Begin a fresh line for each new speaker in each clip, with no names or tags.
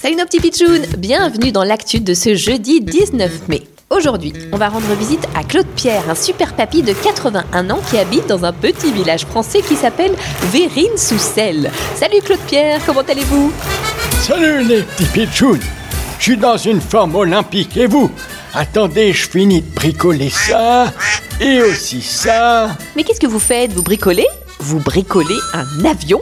Salut nos petits pitchouns Bienvenue dans l'actu de ce jeudi 19 mai. Aujourd'hui, on va rendre visite à Claude Pierre, un super papy de 81 ans qui habite dans un petit village français qui s'appelle Vérine-sous-Selle. Salut Claude Pierre, comment allez-vous
Salut les petits pitchouns Je suis dans une forme olympique et vous Attendez, je finis de bricoler ça et aussi ça.
Mais qu'est-ce que vous faites Vous bricolez Vous bricolez un avion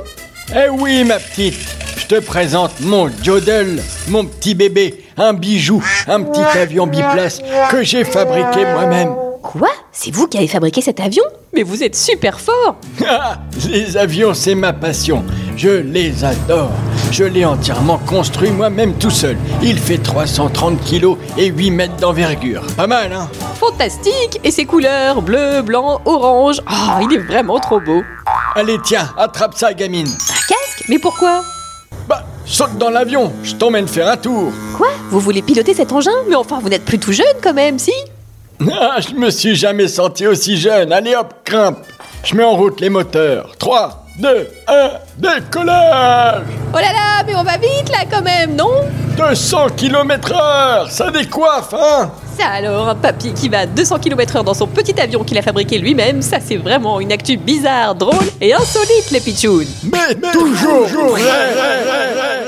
Eh oui ma petite, je te présente mon Jodel, mon petit bébé, un bijou, un petit avion biplace que j'ai fabriqué moi-même.
Quoi C'est vous qui avez fabriqué cet avion Mais vous êtes super fort
Ah, les avions, c'est ma passion. Je les adore. Je l'ai entièrement construit moi-même tout seul. Il fait 330 kilos et 8 mètres d'envergure. Pas mal, hein
Fantastique Et ses couleurs bleu, blanc, orange Oh, il est vraiment trop beau
Allez, tiens, attrape ça, gamine.
Un casque Mais pourquoi
Bah, saute dans l'avion, je t'emmène faire un tour.
Quoi Vous voulez piloter cet engin Mais enfin, vous n'êtes plus tout jeune quand même, si
Ah, je me suis jamais senti aussi jeune. Allez hop, grimpe. Je mets en route les moteurs. 3, 2, 1, décollage
Oh là là, mais on va vite là quand même, non
200 km heure Ça décoiffe, hein
Ça alors, un papy qui va à 200 km/h dans son petit avion qu'il a fabriqué lui-même, ça c'est vraiment une actu bizarre, drôle et insolite les pitchouns
Mais toujours, toujours vrai, vrai, vrai, vrai, vrai.